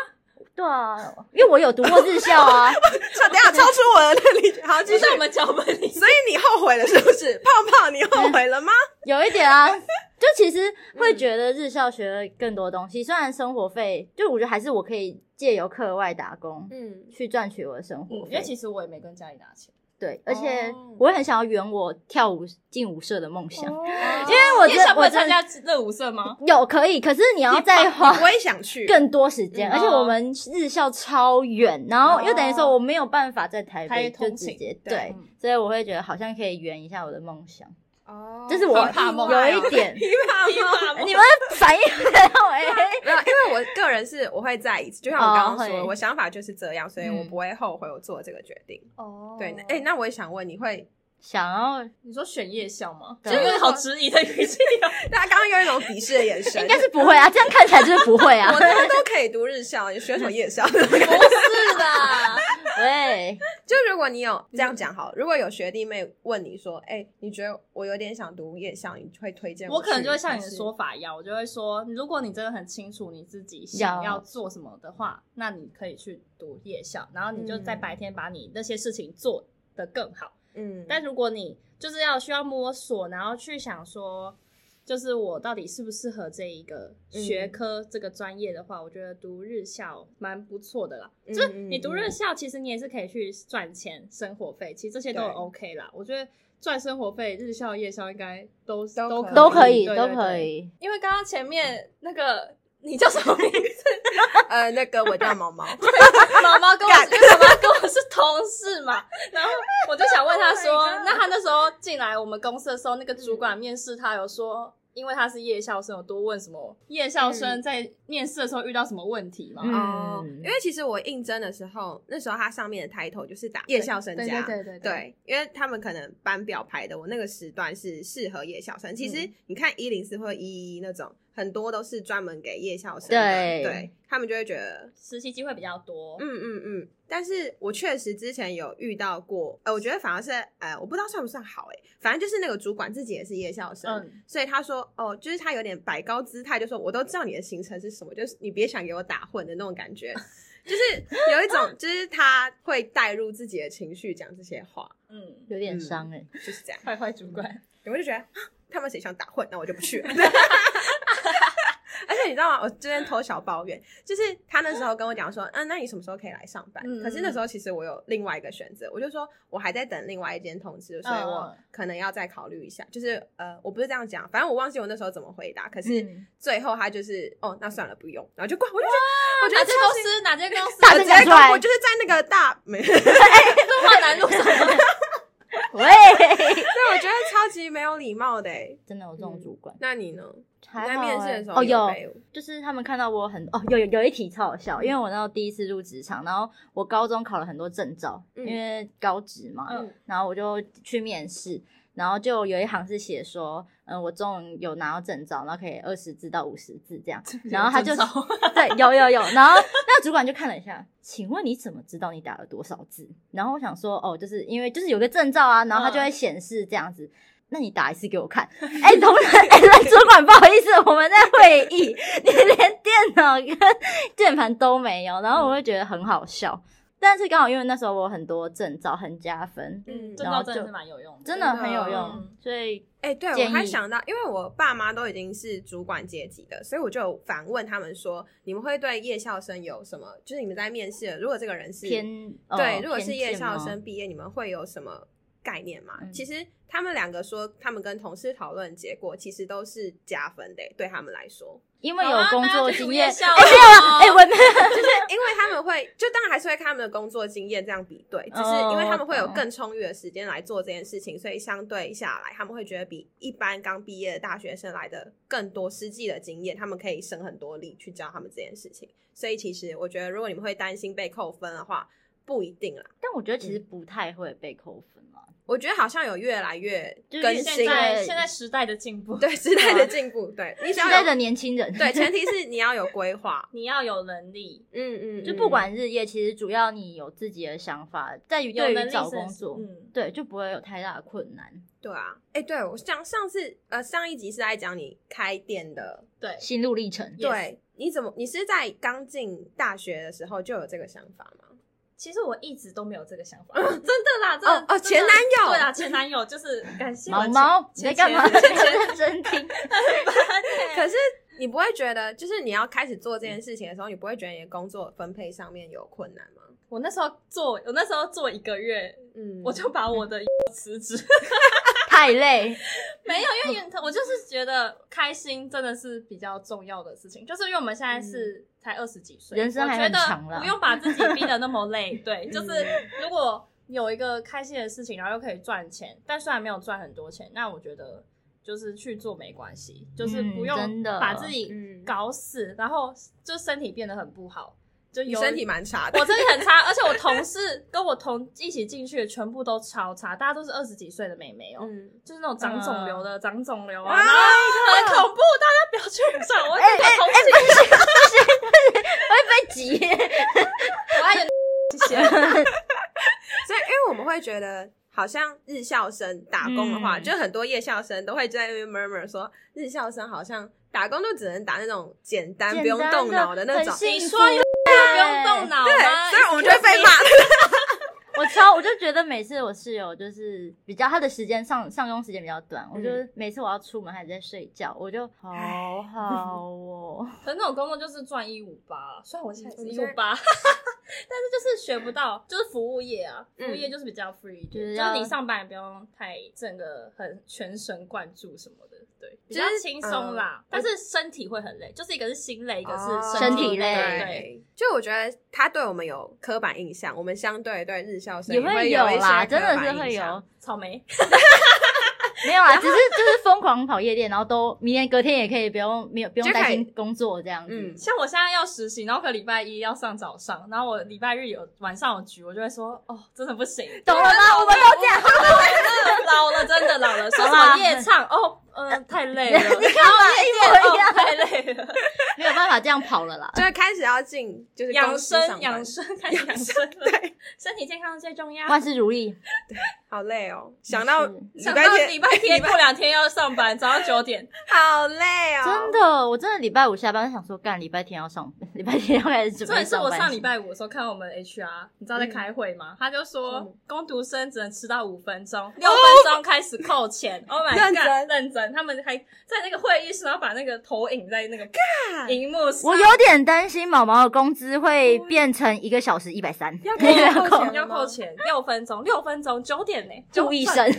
[SPEAKER 2] 对啊，因为我有读过日校啊，
[SPEAKER 3] 超等一下超出我的能力， *laughs* 好，继
[SPEAKER 4] 就
[SPEAKER 3] 续
[SPEAKER 4] 是。我们脚本里
[SPEAKER 3] 所以你后悔了是不是？泡泡，你后悔 *laughs* 了吗？
[SPEAKER 2] 有一点啊，就其实会觉得日校学了更多东
[SPEAKER 3] 嗯
[SPEAKER 2] 西，虽然生活费，就我觉得还是我可以借由课外打工、
[SPEAKER 3] 嗯，
[SPEAKER 2] 去赚取我的生
[SPEAKER 4] 嗯
[SPEAKER 2] 活，
[SPEAKER 4] 因
[SPEAKER 2] 费。
[SPEAKER 4] 为其实我也没跟家里拿钱，
[SPEAKER 2] 对，而且
[SPEAKER 3] 哦
[SPEAKER 2] 我也很想要圆我跳舞进舞社的梦想，
[SPEAKER 4] 哦
[SPEAKER 5] 因
[SPEAKER 2] 因为我
[SPEAKER 4] 夜校
[SPEAKER 2] 真
[SPEAKER 4] 不
[SPEAKER 2] 我
[SPEAKER 4] 能
[SPEAKER 2] 真
[SPEAKER 4] 参
[SPEAKER 2] 的
[SPEAKER 4] 加热舞社吗？
[SPEAKER 2] 有可以，可是你要再花
[SPEAKER 3] 我也想去。
[SPEAKER 2] 更多时间，
[SPEAKER 4] 嗯
[SPEAKER 2] 而且我们日校超远，然后
[SPEAKER 4] 哦
[SPEAKER 2] 又等于说我没有办法在台
[SPEAKER 4] 台
[SPEAKER 2] 北就
[SPEAKER 4] 通
[SPEAKER 2] 直
[SPEAKER 4] 勤
[SPEAKER 2] 接
[SPEAKER 3] 对
[SPEAKER 2] 对，所以我会觉得好像可以圆一下我的梦想，
[SPEAKER 3] 哦
[SPEAKER 2] 这是我
[SPEAKER 4] 怕梦
[SPEAKER 2] 有一点。
[SPEAKER 4] 怕
[SPEAKER 3] *laughs*
[SPEAKER 2] 你们反应很好哎、
[SPEAKER 3] 没有，因为我个人是我会在意，就像我刚刚说，
[SPEAKER 2] 哦
[SPEAKER 3] 的，
[SPEAKER 2] 会
[SPEAKER 3] 我想法就是这样，所以我
[SPEAKER 2] 嗯
[SPEAKER 3] 不会后悔我做这个决定。
[SPEAKER 4] 哦
[SPEAKER 3] 对，哎，那我也想问，你会
[SPEAKER 2] 想要
[SPEAKER 4] 你说选夜校吗？
[SPEAKER 2] 对
[SPEAKER 4] 这个好质疑的语气 *laughs* 哦。
[SPEAKER 3] 大家刚刚有一种鄙视的眼 *laughs* 神，
[SPEAKER 2] 应该是不会啊，这样看起来就是不会啊 *laughs*
[SPEAKER 3] 我。他都可以读日校，你学什么夜校？ *laughs*
[SPEAKER 4] 是啦，
[SPEAKER 2] 对，
[SPEAKER 3] 就如果你有这
[SPEAKER 4] 嗯
[SPEAKER 3] 样讲好，如果有学弟妹问你说，哎、你觉得我有点想读夜校，你会推荐
[SPEAKER 4] 我
[SPEAKER 3] 去
[SPEAKER 4] 可能就会像你的
[SPEAKER 3] 哎还是
[SPEAKER 4] 说法一样，我就会说，如果你真的很清楚你自己想
[SPEAKER 2] 要
[SPEAKER 4] 要做什么的话，那你可以去读夜校，然后你就在白天把你那些事情做得更好。
[SPEAKER 3] 嗯，
[SPEAKER 4] 但如果你就是要需要摸索，然后去想说，就是我到底适不适合这一个
[SPEAKER 2] 嗯
[SPEAKER 4] 学科、这个专业的话，我觉得读日校蛮不错的啦。
[SPEAKER 3] 嗯
[SPEAKER 4] 就是
[SPEAKER 3] 嗯
[SPEAKER 4] 你读
[SPEAKER 3] 嗯
[SPEAKER 4] 日校，其实你也是可以去赚钱、生活费，其实这些都
[SPEAKER 3] 对
[SPEAKER 4] OK 啦。我觉得赚生活费，日校、夜校应该都
[SPEAKER 3] 都
[SPEAKER 4] 都
[SPEAKER 3] 可
[SPEAKER 2] 都可
[SPEAKER 4] 以，
[SPEAKER 2] 以，
[SPEAKER 4] 对
[SPEAKER 2] 都
[SPEAKER 4] 对
[SPEAKER 2] 可
[SPEAKER 4] 对
[SPEAKER 2] 以。
[SPEAKER 4] 因为刚刚前面那个你叫什么名字？
[SPEAKER 3] 呃，那个我叫毛
[SPEAKER 4] *laughs*
[SPEAKER 3] 毛，
[SPEAKER 4] 毛毛跟我，因为毛毛跟我是同事嘛，然后我就想问他说
[SPEAKER 5] Oh my god
[SPEAKER 4] 那他那时候进来我们公司的时候，那个主管面试他有说，因为他是夜校生，有多问什么夜校生在面试的时候遇到什么问题嘛？
[SPEAKER 2] 嗯
[SPEAKER 3] 哦，因为其实我应征的时候，那时候它上面的 title 就是打夜校生
[SPEAKER 4] 对
[SPEAKER 3] 家，
[SPEAKER 4] 对对对
[SPEAKER 3] 对，因为他们可能班表排的，我那个时段是适合夜校生。
[SPEAKER 4] 嗯
[SPEAKER 3] 其实你看一零四或一一那种，很多都是专门给夜校生的，
[SPEAKER 2] 对
[SPEAKER 3] 对他们就会觉得
[SPEAKER 4] 实习机会比较多。
[SPEAKER 3] 嗯嗯嗯，但是我确实之前有遇到过，呃，我觉得反而是，呃，我不知道算不算好、欸，反正就是那个主管自己也是夜校生，
[SPEAKER 4] 嗯
[SPEAKER 3] 所以他说，哦，就是他有点摆高姿态，就说我都知道你的行程是什么，就是你别想给我打混的那种感觉，就是有一种，就是他会带入自己的情绪讲这些话，
[SPEAKER 4] 嗯，
[SPEAKER 2] 有点伤哎、
[SPEAKER 3] 就是这样。
[SPEAKER 4] *laughs* 坏坏主管，
[SPEAKER 3] 然后我就觉得啊他们谁想打混，那我就不去了。 *laughs* 而且你知道吗？我这边偷小抱怨，就是他那时候跟我讲说，嗯、那你什么时候可以来上班？
[SPEAKER 5] 嗯
[SPEAKER 3] 可是那时候其实我有另外一个选择，我就说我还在等另外一间通知，所以我
[SPEAKER 2] 嗯
[SPEAKER 3] 可能要再考虑一下。就是呃，我不是这样讲，反正我忘记我那时候怎么回答。可是
[SPEAKER 2] 嗯
[SPEAKER 3] 最后他就是，哦，那算了，不用，然后就挂。我就觉得，我觉
[SPEAKER 4] 哪
[SPEAKER 3] 得
[SPEAKER 4] 间
[SPEAKER 3] 超
[SPEAKER 4] 公
[SPEAKER 3] 级
[SPEAKER 4] 司？哪间公司？
[SPEAKER 2] 大
[SPEAKER 3] 打
[SPEAKER 2] 声
[SPEAKER 3] 直
[SPEAKER 2] 讲
[SPEAKER 3] 接
[SPEAKER 2] 出来
[SPEAKER 3] 跟我就是在那个大没。 *laughs*
[SPEAKER 4] 中华南路上 *laughs* 吗？
[SPEAKER 2] *laughs* 喂，
[SPEAKER 3] 对，我觉得超级没有礼貌的欸。
[SPEAKER 2] 真的有这种主管，
[SPEAKER 3] 那你呢？你
[SPEAKER 2] 还
[SPEAKER 3] 在
[SPEAKER 2] 好
[SPEAKER 3] 面试
[SPEAKER 2] 欸
[SPEAKER 3] 的时候
[SPEAKER 2] 哦有
[SPEAKER 3] 被
[SPEAKER 2] 就是他们看到我很哦，有有有一题超好笑，因为我那时候第一次入职场，然后我高中考了很多证照，
[SPEAKER 3] 嗯
[SPEAKER 2] 因为高职嘛，
[SPEAKER 5] 嗯
[SPEAKER 2] 然后我就去面试，然后就有一行是写说，嗯，我终于有拿到证照，然后可以二十字到五十字这样，然后他就对有有有，然后那主管就看了一下，请问你怎么知道你打了多少字？然后我想说，哦，就是因为就是有个证照啊，然后它就会显示这样子。那你打一次给我看，哎、同仁，哎、主管，不好意思，我们在会议，你连电脑跟键盘都没有，然后我会觉得很好笑。但是刚好因为那时候我有很多证照，很加分，
[SPEAKER 3] 嗯
[SPEAKER 4] 这
[SPEAKER 2] 然后
[SPEAKER 4] 招
[SPEAKER 2] 就
[SPEAKER 4] 真的是蛮有用的。
[SPEAKER 2] 真的很有用
[SPEAKER 5] 嗯，
[SPEAKER 2] 所以
[SPEAKER 3] 哎、对，
[SPEAKER 2] 建
[SPEAKER 3] 我还
[SPEAKER 2] 议
[SPEAKER 3] 想到，因为我爸妈都已经是主管阶级的，所以我就有反问他们说，你们会对夜校生有什么？就是你们在面试的，如果这个人是
[SPEAKER 2] 偏
[SPEAKER 3] 对，
[SPEAKER 2] 呃
[SPEAKER 3] 如果是夜
[SPEAKER 2] 偏见
[SPEAKER 3] 校
[SPEAKER 2] 吗
[SPEAKER 3] 生毕业，你们会有什么概念吗？
[SPEAKER 2] 嗯
[SPEAKER 3] 其实他们两个说，他们跟同事讨论结果，其实都是加分的，对他们来说，
[SPEAKER 2] 因为有
[SPEAKER 4] 好啊
[SPEAKER 2] 工作经验，
[SPEAKER 4] 大
[SPEAKER 2] *laughs* 哎、
[SPEAKER 4] *laughs* 家去午夜
[SPEAKER 2] 没有啊，哎、我没有，
[SPEAKER 3] 就是因为他们会，就当然还是会看他们的工作经验这样比对，只是因为他们会有更充裕的时间来做这件事情，所以相对下来，他们会觉得比一般刚毕业的大学生来的更多实际的经验，他们可以省很多力去教他们这件事情。所以其实我觉得，如果你们会担心被扣分的话，不一定啦。
[SPEAKER 2] *laughs* 但我觉得其
[SPEAKER 3] 嗯
[SPEAKER 2] 实不太会被扣分嘛，
[SPEAKER 3] 我觉得好像有越来越
[SPEAKER 2] 就是
[SPEAKER 3] 更
[SPEAKER 2] 现
[SPEAKER 3] 新
[SPEAKER 4] 现在
[SPEAKER 2] 对
[SPEAKER 4] 现在时代的进步，
[SPEAKER 3] 对时代的进步，对你只
[SPEAKER 2] 现
[SPEAKER 3] 要
[SPEAKER 2] 在
[SPEAKER 3] 有
[SPEAKER 2] 的年轻人， *laughs*
[SPEAKER 3] 对，前提是你要有规
[SPEAKER 4] *laughs*
[SPEAKER 3] 划，
[SPEAKER 4] 你要有能力，
[SPEAKER 3] 嗯嗯，
[SPEAKER 2] 就不管日夜，其实主要你有自己的想法，在于
[SPEAKER 4] 有
[SPEAKER 2] 对
[SPEAKER 4] 能
[SPEAKER 2] 于
[SPEAKER 4] 力
[SPEAKER 2] 找
[SPEAKER 4] 是
[SPEAKER 2] 工作，
[SPEAKER 4] 嗯，
[SPEAKER 2] 对，就不会有太大的困难。
[SPEAKER 3] 对啊，哎，对我上上次呃上一集是在讲你开店的，
[SPEAKER 4] 对，
[SPEAKER 2] 心路历程，
[SPEAKER 4] Yes
[SPEAKER 3] 对，你怎么你是在刚进大学的时候就有这个想法吗？
[SPEAKER 4] 其实我一直都没有这个想法， *laughs* 真的啦，真的
[SPEAKER 3] 哦哦
[SPEAKER 4] 真的
[SPEAKER 3] 前男友
[SPEAKER 4] 对啊，前男友就是感谢我
[SPEAKER 2] 毛
[SPEAKER 4] 前
[SPEAKER 2] 毛你在
[SPEAKER 4] 前
[SPEAKER 2] 干嘛？
[SPEAKER 4] 前前前
[SPEAKER 2] *laughs* 认真听，
[SPEAKER 3] *laughs* 可是你不会觉得，就是你要开始做这件事情的时候，你不会觉得你的工作分配上面有困难吗？
[SPEAKER 4] 我那时候做，我那时候做一个月，
[SPEAKER 3] 嗯
[SPEAKER 4] 我就把我的辞职，
[SPEAKER 2] 太累，
[SPEAKER 4] *laughs* 没有，因为我就是觉得开心真的是比较重要的事情，就是因为我们现在是才二十几岁，
[SPEAKER 2] 嗯人生还
[SPEAKER 4] 我觉
[SPEAKER 2] 很
[SPEAKER 4] 得
[SPEAKER 2] 长啦嗯
[SPEAKER 4] 不用把自己逼得那么累。
[SPEAKER 2] *laughs*
[SPEAKER 4] 对，就是如果有一个开心的事情，然后又可以赚钱，但虽然没有赚很多钱，那我觉得就是去做没关系，就是
[SPEAKER 2] 嗯真
[SPEAKER 4] 不用
[SPEAKER 2] 的
[SPEAKER 4] 把自己
[SPEAKER 3] 嗯
[SPEAKER 4] 搞死，然后就身体变得很不好，就
[SPEAKER 3] 你
[SPEAKER 4] 有
[SPEAKER 3] 身体蛮差的， *laughs*
[SPEAKER 4] 我真的很差，而且我同事跟我同一起进去的全部都超差，大家都是二十几岁的妹妹哦、
[SPEAKER 3] 嗯，
[SPEAKER 4] 就是那种长肿瘤的、长肿瘤啊，
[SPEAKER 3] 啊
[SPEAKER 4] 然后很恐怖，大家不要去找我，
[SPEAKER 2] 哎
[SPEAKER 4] 真的同
[SPEAKER 2] 会
[SPEAKER 4] 事
[SPEAKER 2] 被
[SPEAKER 3] *laughs*
[SPEAKER 2] 挤。
[SPEAKER 4] 我爱人，谢谢。
[SPEAKER 3] 所以因为我们会觉得。好像日校生打工的话，
[SPEAKER 2] 嗯
[SPEAKER 3] 就很多夜校生都会在那边 murmur 说，日校生好像打工就只能打那种简单
[SPEAKER 2] 简
[SPEAKER 3] 哎不用
[SPEAKER 2] 单
[SPEAKER 3] 动
[SPEAKER 2] 的
[SPEAKER 3] 脑的那
[SPEAKER 2] 很
[SPEAKER 3] 种，
[SPEAKER 2] 幸
[SPEAKER 4] 你
[SPEAKER 2] 福
[SPEAKER 4] 说你不用动脑
[SPEAKER 3] 对，
[SPEAKER 4] 吗？哎
[SPEAKER 3] 所以我们就会被骂。
[SPEAKER 2] 我超，我就觉得每次我室友就是比较他的时间上上工时间比较短，我就每次我要出门还在睡觉，我就好好哦，
[SPEAKER 4] 可是那种工作就是赚一五八，虽然我现在也是
[SPEAKER 3] 嗯
[SPEAKER 4] 一五
[SPEAKER 3] *laughs*
[SPEAKER 4] 八，但是就是学不到，就是服务业啊，服
[SPEAKER 3] 嗯
[SPEAKER 4] 务业就是比较 free 一
[SPEAKER 2] 就
[SPEAKER 4] 点，
[SPEAKER 2] 是
[SPEAKER 4] 就
[SPEAKER 2] 要
[SPEAKER 4] 是你上班也不用太整个很全神贯注什么的。对，比
[SPEAKER 3] 就
[SPEAKER 4] 较
[SPEAKER 3] 是
[SPEAKER 4] 轻松
[SPEAKER 2] 嗯
[SPEAKER 4] 啦，但是身体会很累，就是一个是心累，一个
[SPEAKER 2] *laughs*
[SPEAKER 4] 是
[SPEAKER 2] 哦身
[SPEAKER 4] 体
[SPEAKER 2] 体累
[SPEAKER 4] 对，
[SPEAKER 3] 就我觉得他对我们有刻板印象，我们相对对日校生
[SPEAKER 2] 也
[SPEAKER 3] 会
[SPEAKER 2] 有
[SPEAKER 3] 一些
[SPEAKER 2] 啦，
[SPEAKER 3] 刻
[SPEAKER 2] 真的
[SPEAKER 3] 板
[SPEAKER 2] 是
[SPEAKER 3] 印
[SPEAKER 2] 会有
[SPEAKER 3] 象。，
[SPEAKER 4] 草莓。
[SPEAKER 2] 没有啦，只是就是疯狂跑夜店，然后都明天隔天也可以不用没有不用
[SPEAKER 3] 就可以
[SPEAKER 2] 担心工作这样
[SPEAKER 3] 嗯
[SPEAKER 2] 子，
[SPEAKER 4] 像我现在要实习，然后可礼拜一要上早上，然后我礼拜日有晚上有局，我就会说哦，真的不行，
[SPEAKER 2] *laughs* 懂了吗？我们都这样，
[SPEAKER 4] 老了，真
[SPEAKER 2] *laughs*
[SPEAKER 4] 的老了。说什
[SPEAKER 2] 好啦 *laughs*
[SPEAKER 4] 么夜唱哦，嗯、太累了，
[SPEAKER 2] 你看我一模一
[SPEAKER 4] 哦
[SPEAKER 2] 样，
[SPEAKER 4] 太累了。
[SPEAKER 2] 没有办法法这样跑了啦。
[SPEAKER 3] 就是开始要进，就是
[SPEAKER 4] 养
[SPEAKER 3] 公司上
[SPEAKER 4] 生
[SPEAKER 3] 班
[SPEAKER 4] 养，生，开始养生了，
[SPEAKER 3] 对，
[SPEAKER 4] 身体健康最重要。
[SPEAKER 2] 万事如意，
[SPEAKER 3] 好累哦。想到
[SPEAKER 2] 是
[SPEAKER 3] 礼
[SPEAKER 4] 想
[SPEAKER 3] 拜
[SPEAKER 4] 到
[SPEAKER 3] 天，
[SPEAKER 4] 礼拜天过两天要上班，早上九点，
[SPEAKER 3] 好累哦，
[SPEAKER 2] 真的，我真的礼拜五下班想说，干礼拜天要上，礼拜天要开始准
[SPEAKER 4] 重
[SPEAKER 2] 备
[SPEAKER 4] 点是
[SPEAKER 2] 上
[SPEAKER 4] 我
[SPEAKER 2] 班。
[SPEAKER 4] 上礼拜五的时候看到我们 HR，你知道在开会吗？他就说
[SPEAKER 3] 嗯哦
[SPEAKER 4] 工读生只能迟到五分钟，六分钟开始
[SPEAKER 3] *laughs*
[SPEAKER 4] 扣钱。Oh my
[SPEAKER 3] 认
[SPEAKER 4] god！
[SPEAKER 3] 真
[SPEAKER 4] 认真，他们还在那个会议室，然后把那个投影在那个荧幕
[SPEAKER 2] *laughs*
[SPEAKER 4] 上，
[SPEAKER 2] 我有点担心毛毛的工资会变成一个小时一百三，
[SPEAKER 3] 要
[SPEAKER 2] *laughs*
[SPEAKER 3] 给我扣钱了吗
[SPEAKER 4] 要扣。钱，六分钟，六分钟，九点呢、哦
[SPEAKER 2] 顾医
[SPEAKER 4] *laughs*
[SPEAKER 2] 生，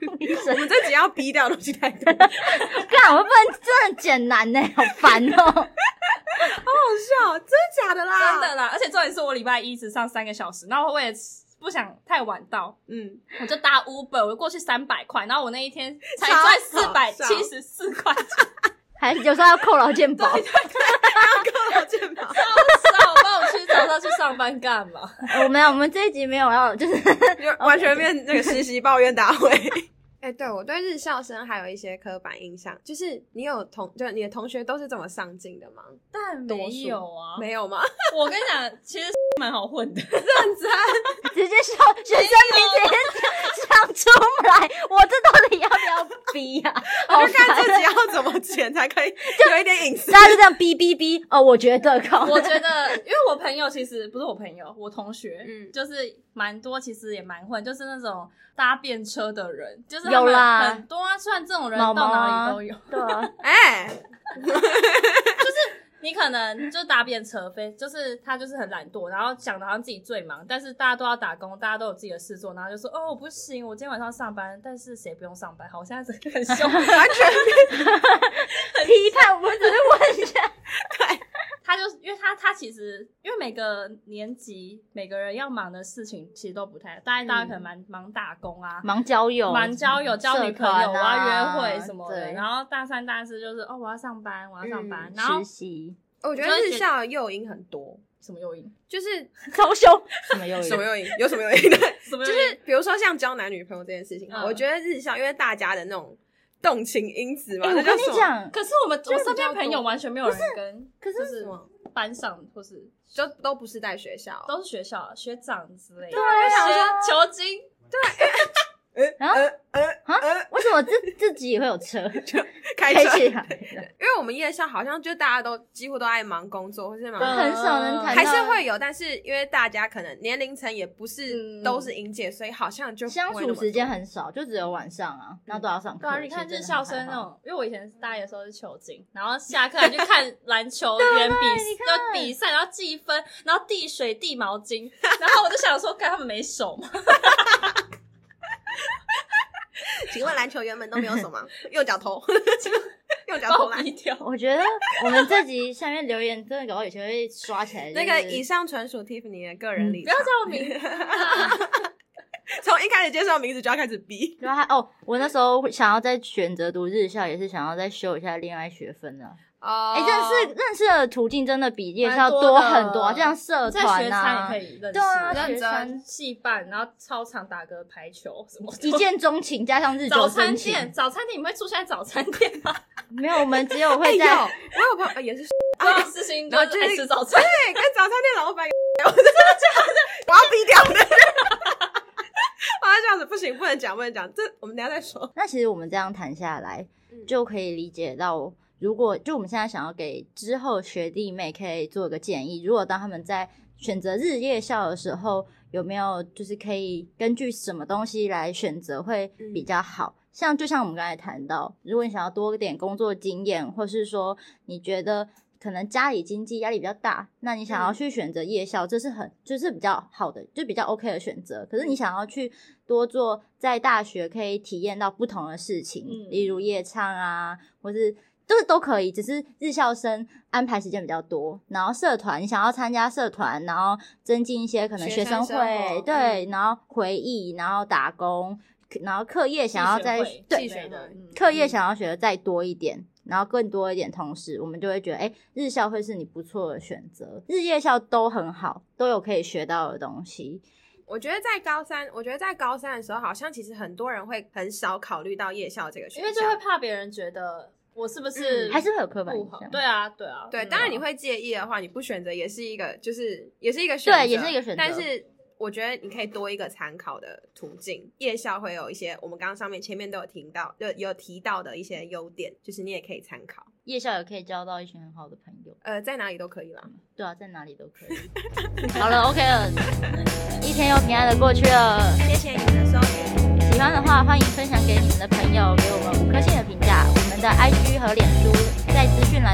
[SPEAKER 2] 顾医生
[SPEAKER 3] 我，们这集要逼掉的东西太
[SPEAKER 2] *laughs*
[SPEAKER 3] 多，
[SPEAKER 2] 干，我不能真的简难呢， *laughs* 好烦哦。 *laughs*
[SPEAKER 3] 好笑，真的假的啦？
[SPEAKER 4] 真的，啦！而且重点是我礼拜一只上三个小时，然后我也不想太晚到，
[SPEAKER 3] 嗯，
[SPEAKER 4] 我就搭 Uber，我就过去三百块，然后我那一天才
[SPEAKER 3] 超
[SPEAKER 4] 赚四
[SPEAKER 3] 好
[SPEAKER 4] 百
[SPEAKER 3] 笑
[SPEAKER 4] 七十四块钱，
[SPEAKER 2] 还有时候要扣劳健保，
[SPEAKER 3] 够了，健保。
[SPEAKER 4] 那我帮我去早上去上班干嘛？
[SPEAKER 2] *laughs* 我们我们这一集没有要， *laughs* 就是
[SPEAKER 3] 就完全变那个实习抱怨大会。哦 *laughs* 哎、对我对日校生还有一些刻板印象，就是你有同，就你的同学都是这么上进的吗？
[SPEAKER 4] 但没有啊，
[SPEAKER 3] 没有吗？
[SPEAKER 4] 我跟你讲，其实蛮好混的，
[SPEAKER 2] 直接笑学生名直接讲出来，我这到底要不要逼呀、好
[SPEAKER 3] *laughs* 就看
[SPEAKER 2] 烦
[SPEAKER 3] 自己
[SPEAKER 2] 啊！
[SPEAKER 3] 要怎么剪才可以有一点隐私。
[SPEAKER 2] 大家就这样逼逼逼哦，我觉得 *laughs* 靠，
[SPEAKER 4] 我觉得，因为我朋友其实不是我朋友，我同学，
[SPEAKER 3] 嗯
[SPEAKER 4] 就是蛮多，其实也蛮混，就是那种搭便车的人，就是他
[SPEAKER 2] 有
[SPEAKER 4] 们
[SPEAKER 2] 啦
[SPEAKER 4] 很多啊，虽然这种人
[SPEAKER 2] 毛
[SPEAKER 4] 到
[SPEAKER 2] 毛啊
[SPEAKER 4] 哪里都有，
[SPEAKER 2] 对啊，
[SPEAKER 3] 哎、
[SPEAKER 4] 你可能就搭便车飞，就是他就是很懒惰，然后想的好像自己最忙，但是大家都要打工，大家都有自己的事做，然后就说哦我不行，我今天晚上上班，但是谁不用上班？好，我现在整个很凶，
[SPEAKER 3] 完全
[SPEAKER 2] 批判我只是问一下，
[SPEAKER 4] 他就是因为他他其实因为每个年级每个人要忙的事情其实都不太，大家大家可能忙忙打工啊。
[SPEAKER 2] 忙交友，
[SPEAKER 4] 忙交友、交女朋友、
[SPEAKER 2] 嗯社团
[SPEAKER 4] 我
[SPEAKER 2] 啊
[SPEAKER 4] 要约会什么的，
[SPEAKER 2] 对
[SPEAKER 4] 然后大三、大四就是哦，我要上班，我要上班，然后
[SPEAKER 2] 嗯实习，
[SPEAKER 3] 我觉得日校的诱因很多，
[SPEAKER 4] 什么诱因？
[SPEAKER 3] 就是
[SPEAKER 2] 超凶，什么又
[SPEAKER 3] 什么诱因？有什么诱因？ *laughs*
[SPEAKER 4] 什么
[SPEAKER 3] 就
[SPEAKER 4] 诱因
[SPEAKER 3] 是比如说像交男女朋友这件事情，
[SPEAKER 4] 嗯
[SPEAKER 3] 我觉得日校因为大家的那种动情因子嘛，
[SPEAKER 2] 哎、
[SPEAKER 3] 那
[SPEAKER 2] 我
[SPEAKER 3] 叫
[SPEAKER 2] 跟
[SPEAKER 3] 什
[SPEAKER 2] 你
[SPEAKER 3] 么？
[SPEAKER 2] 讲，
[SPEAKER 4] 可是我们我身边朋友完全没有人跟，
[SPEAKER 2] 可是
[SPEAKER 4] 就是
[SPEAKER 3] 什么
[SPEAKER 4] 班上或是
[SPEAKER 3] 就都不是在学校，
[SPEAKER 4] 都是学校啊学长之类的，
[SPEAKER 2] 对啊
[SPEAKER 4] 学球经，
[SPEAKER 3] 呃
[SPEAKER 2] 啊
[SPEAKER 3] 呃呃
[SPEAKER 2] 啊
[SPEAKER 3] 呃，
[SPEAKER 2] 为什
[SPEAKER 4] *laughs*
[SPEAKER 2] 么自自己也会有车？
[SPEAKER 3] 开
[SPEAKER 4] 哎
[SPEAKER 2] 开啊
[SPEAKER 3] 车，
[SPEAKER 2] 起来
[SPEAKER 3] 因为我们夜校好像就大家都几乎都爱忙工作，或是忙。
[SPEAKER 4] 嗯
[SPEAKER 2] 很少能谈到，
[SPEAKER 3] 还是会有，但是因为大家可能年龄层也不是
[SPEAKER 4] 嗯
[SPEAKER 3] 都是应届，所以好像就不会
[SPEAKER 2] 相
[SPEAKER 3] 那
[SPEAKER 2] 处
[SPEAKER 3] 么
[SPEAKER 2] 时间很少，就只有晚上啊，那都要上课。
[SPEAKER 4] 对啊，你看
[SPEAKER 2] 其
[SPEAKER 4] 日
[SPEAKER 2] 实
[SPEAKER 4] 校
[SPEAKER 2] 真
[SPEAKER 4] 生
[SPEAKER 2] 的
[SPEAKER 4] 那
[SPEAKER 2] 还好，
[SPEAKER 4] 种，因为我以前大一的时候是球经，然后下课还去
[SPEAKER 2] *laughs*
[SPEAKER 4] 看篮球
[SPEAKER 2] 啊
[SPEAKER 4] 员比就比赛，然后计分，然后递水递毛巾，然后我就想说，看他们没手
[SPEAKER 2] *laughs*
[SPEAKER 4] 吗？
[SPEAKER 3] 多。请问篮球员们都没有手
[SPEAKER 2] *laughs*
[SPEAKER 3] 吗？右脚投， *laughs* 右脚
[SPEAKER 4] 把
[SPEAKER 3] 投
[SPEAKER 4] 我
[SPEAKER 3] 篮
[SPEAKER 4] 逼。掉。
[SPEAKER 2] 我觉得我们这集下面留言真的搞到有些会刷起来，
[SPEAKER 3] 那
[SPEAKER 2] 就
[SPEAKER 3] 个
[SPEAKER 2] 是
[SPEAKER 3] 以上纯属 Tiffany 的个人立
[SPEAKER 4] 不
[SPEAKER 3] 场
[SPEAKER 4] 要，叫我名字啊，
[SPEAKER 2] 嗯
[SPEAKER 3] 从一开始介绍名字就要开始逼。
[SPEAKER 2] 对啊，哦，我那时候想要再选择读日校，也是想要再修一下恋爱学分啊。
[SPEAKER 3] 哦
[SPEAKER 2] 哎、认识认识的途径真的比夜校
[SPEAKER 4] 蛮多
[SPEAKER 2] 多
[SPEAKER 4] 的
[SPEAKER 2] 很多啊，就像社
[SPEAKER 4] 在
[SPEAKER 2] 团
[SPEAKER 4] 学
[SPEAKER 2] 啊
[SPEAKER 4] 餐也可，以认识，
[SPEAKER 2] 对啊
[SPEAKER 4] 然后
[SPEAKER 2] 学餐
[SPEAKER 4] 戏办，然后操场打个排球什么的。
[SPEAKER 2] 一见钟情加上日久
[SPEAKER 4] 早餐
[SPEAKER 2] 生情
[SPEAKER 4] 店，，早餐店你们会出现在早餐
[SPEAKER 2] *laughs*
[SPEAKER 4] 店吗？
[SPEAKER 2] 没有，我们只有
[SPEAKER 3] 哎
[SPEAKER 2] 会
[SPEAKER 3] 有，
[SPEAKER 2] 在
[SPEAKER 3] 我有朋友呃也是， *laughs*
[SPEAKER 4] 啊，事情
[SPEAKER 3] 然后
[SPEAKER 4] 就
[SPEAKER 3] 就是
[SPEAKER 4] 爱吃早餐，
[SPEAKER 3] 对，跟早餐店老板， *laughs* 我真的这样子，我要逼掉的。 *laughs* 我要这样子，不行，不能讲，不能讲，这我们等一下再说。
[SPEAKER 2] 那其实我们这样谈下来
[SPEAKER 3] 嗯，
[SPEAKER 2] 就可以理解到，如果就我们现在想要给之后学弟妹可以做个建议，如果当他们在选择日夜校的时候，有没有就是可以根据什么东西来选择会比较好？像就像我们刚才谈到，如果你想要多一点工作经验，或是说你觉得可能家里经济压力比较大，那你想要去选择夜校，这是很就是比较好的，就比较 OK 的选择。可是你想要去多做在大学可以体验到不同的事情，
[SPEAKER 4] 嗯
[SPEAKER 2] 例如夜唱啊，或是都都可以，只是日校生安排时间比较多，然后社团你想要参加社团，然后增进一些可能
[SPEAKER 3] 学
[SPEAKER 2] 学
[SPEAKER 3] 生
[SPEAKER 2] 生
[SPEAKER 3] 生活
[SPEAKER 2] 会，对，然后回忆，然后打工，然后课业想要再对
[SPEAKER 4] 自学的，嗯
[SPEAKER 2] 课业想要学的再多一点，然后更多一点，同时我们就会觉得，哎、日校会是你不错的选择，日夜校都很好，都有可以学到的东西。
[SPEAKER 3] 我觉得在高三，我觉得在高三的时候，好像其实很多人会很少考虑到夜校这个学校，
[SPEAKER 4] 因为就会怕别人觉得，
[SPEAKER 5] 我是不是
[SPEAKER 3] 嗯
[SPEAKER 2] 还是会有刻板
[SPEAKER 5] 不
[SPEAKER 2] 印
[SPEAKER 5] 好
[SPEAKER 2] 象？？
[SPEAKER 5] 对啊，对啊，
[SPEAKER 3] 对，
[SPEAKER 5] 嗯
[SPEAKER 3] 当然你会介意的话，你不选择也是一个，就是也是一个选择，
[SPEAKER 2] 对也是一个选择
[SPEAKER 3] 但是我觉得你可以多一个参考的途径。夜校会有一些我们刚刚上面前面都有听到，就有提到的一些优点，就是你也可以参考。
[SPEAKER 2] 夜校也可以交到一群很好的朋友。
[SPEAKER 3] 呃，在哪里都可以啦。
[SPEAKER 2] 对啊，在哪里都可以。 *laughs* 好了，OK 了，一天又平安的过去了。
[SPEAKER 3] 谢谢你的收听。
[SPEAKER 2] 喜欢的话，欢迎分享给你们的朋友，给我们五颗星的评价。我们的 IG 和脸书在资讯栏哦
[SPEAKER 3] *laughs*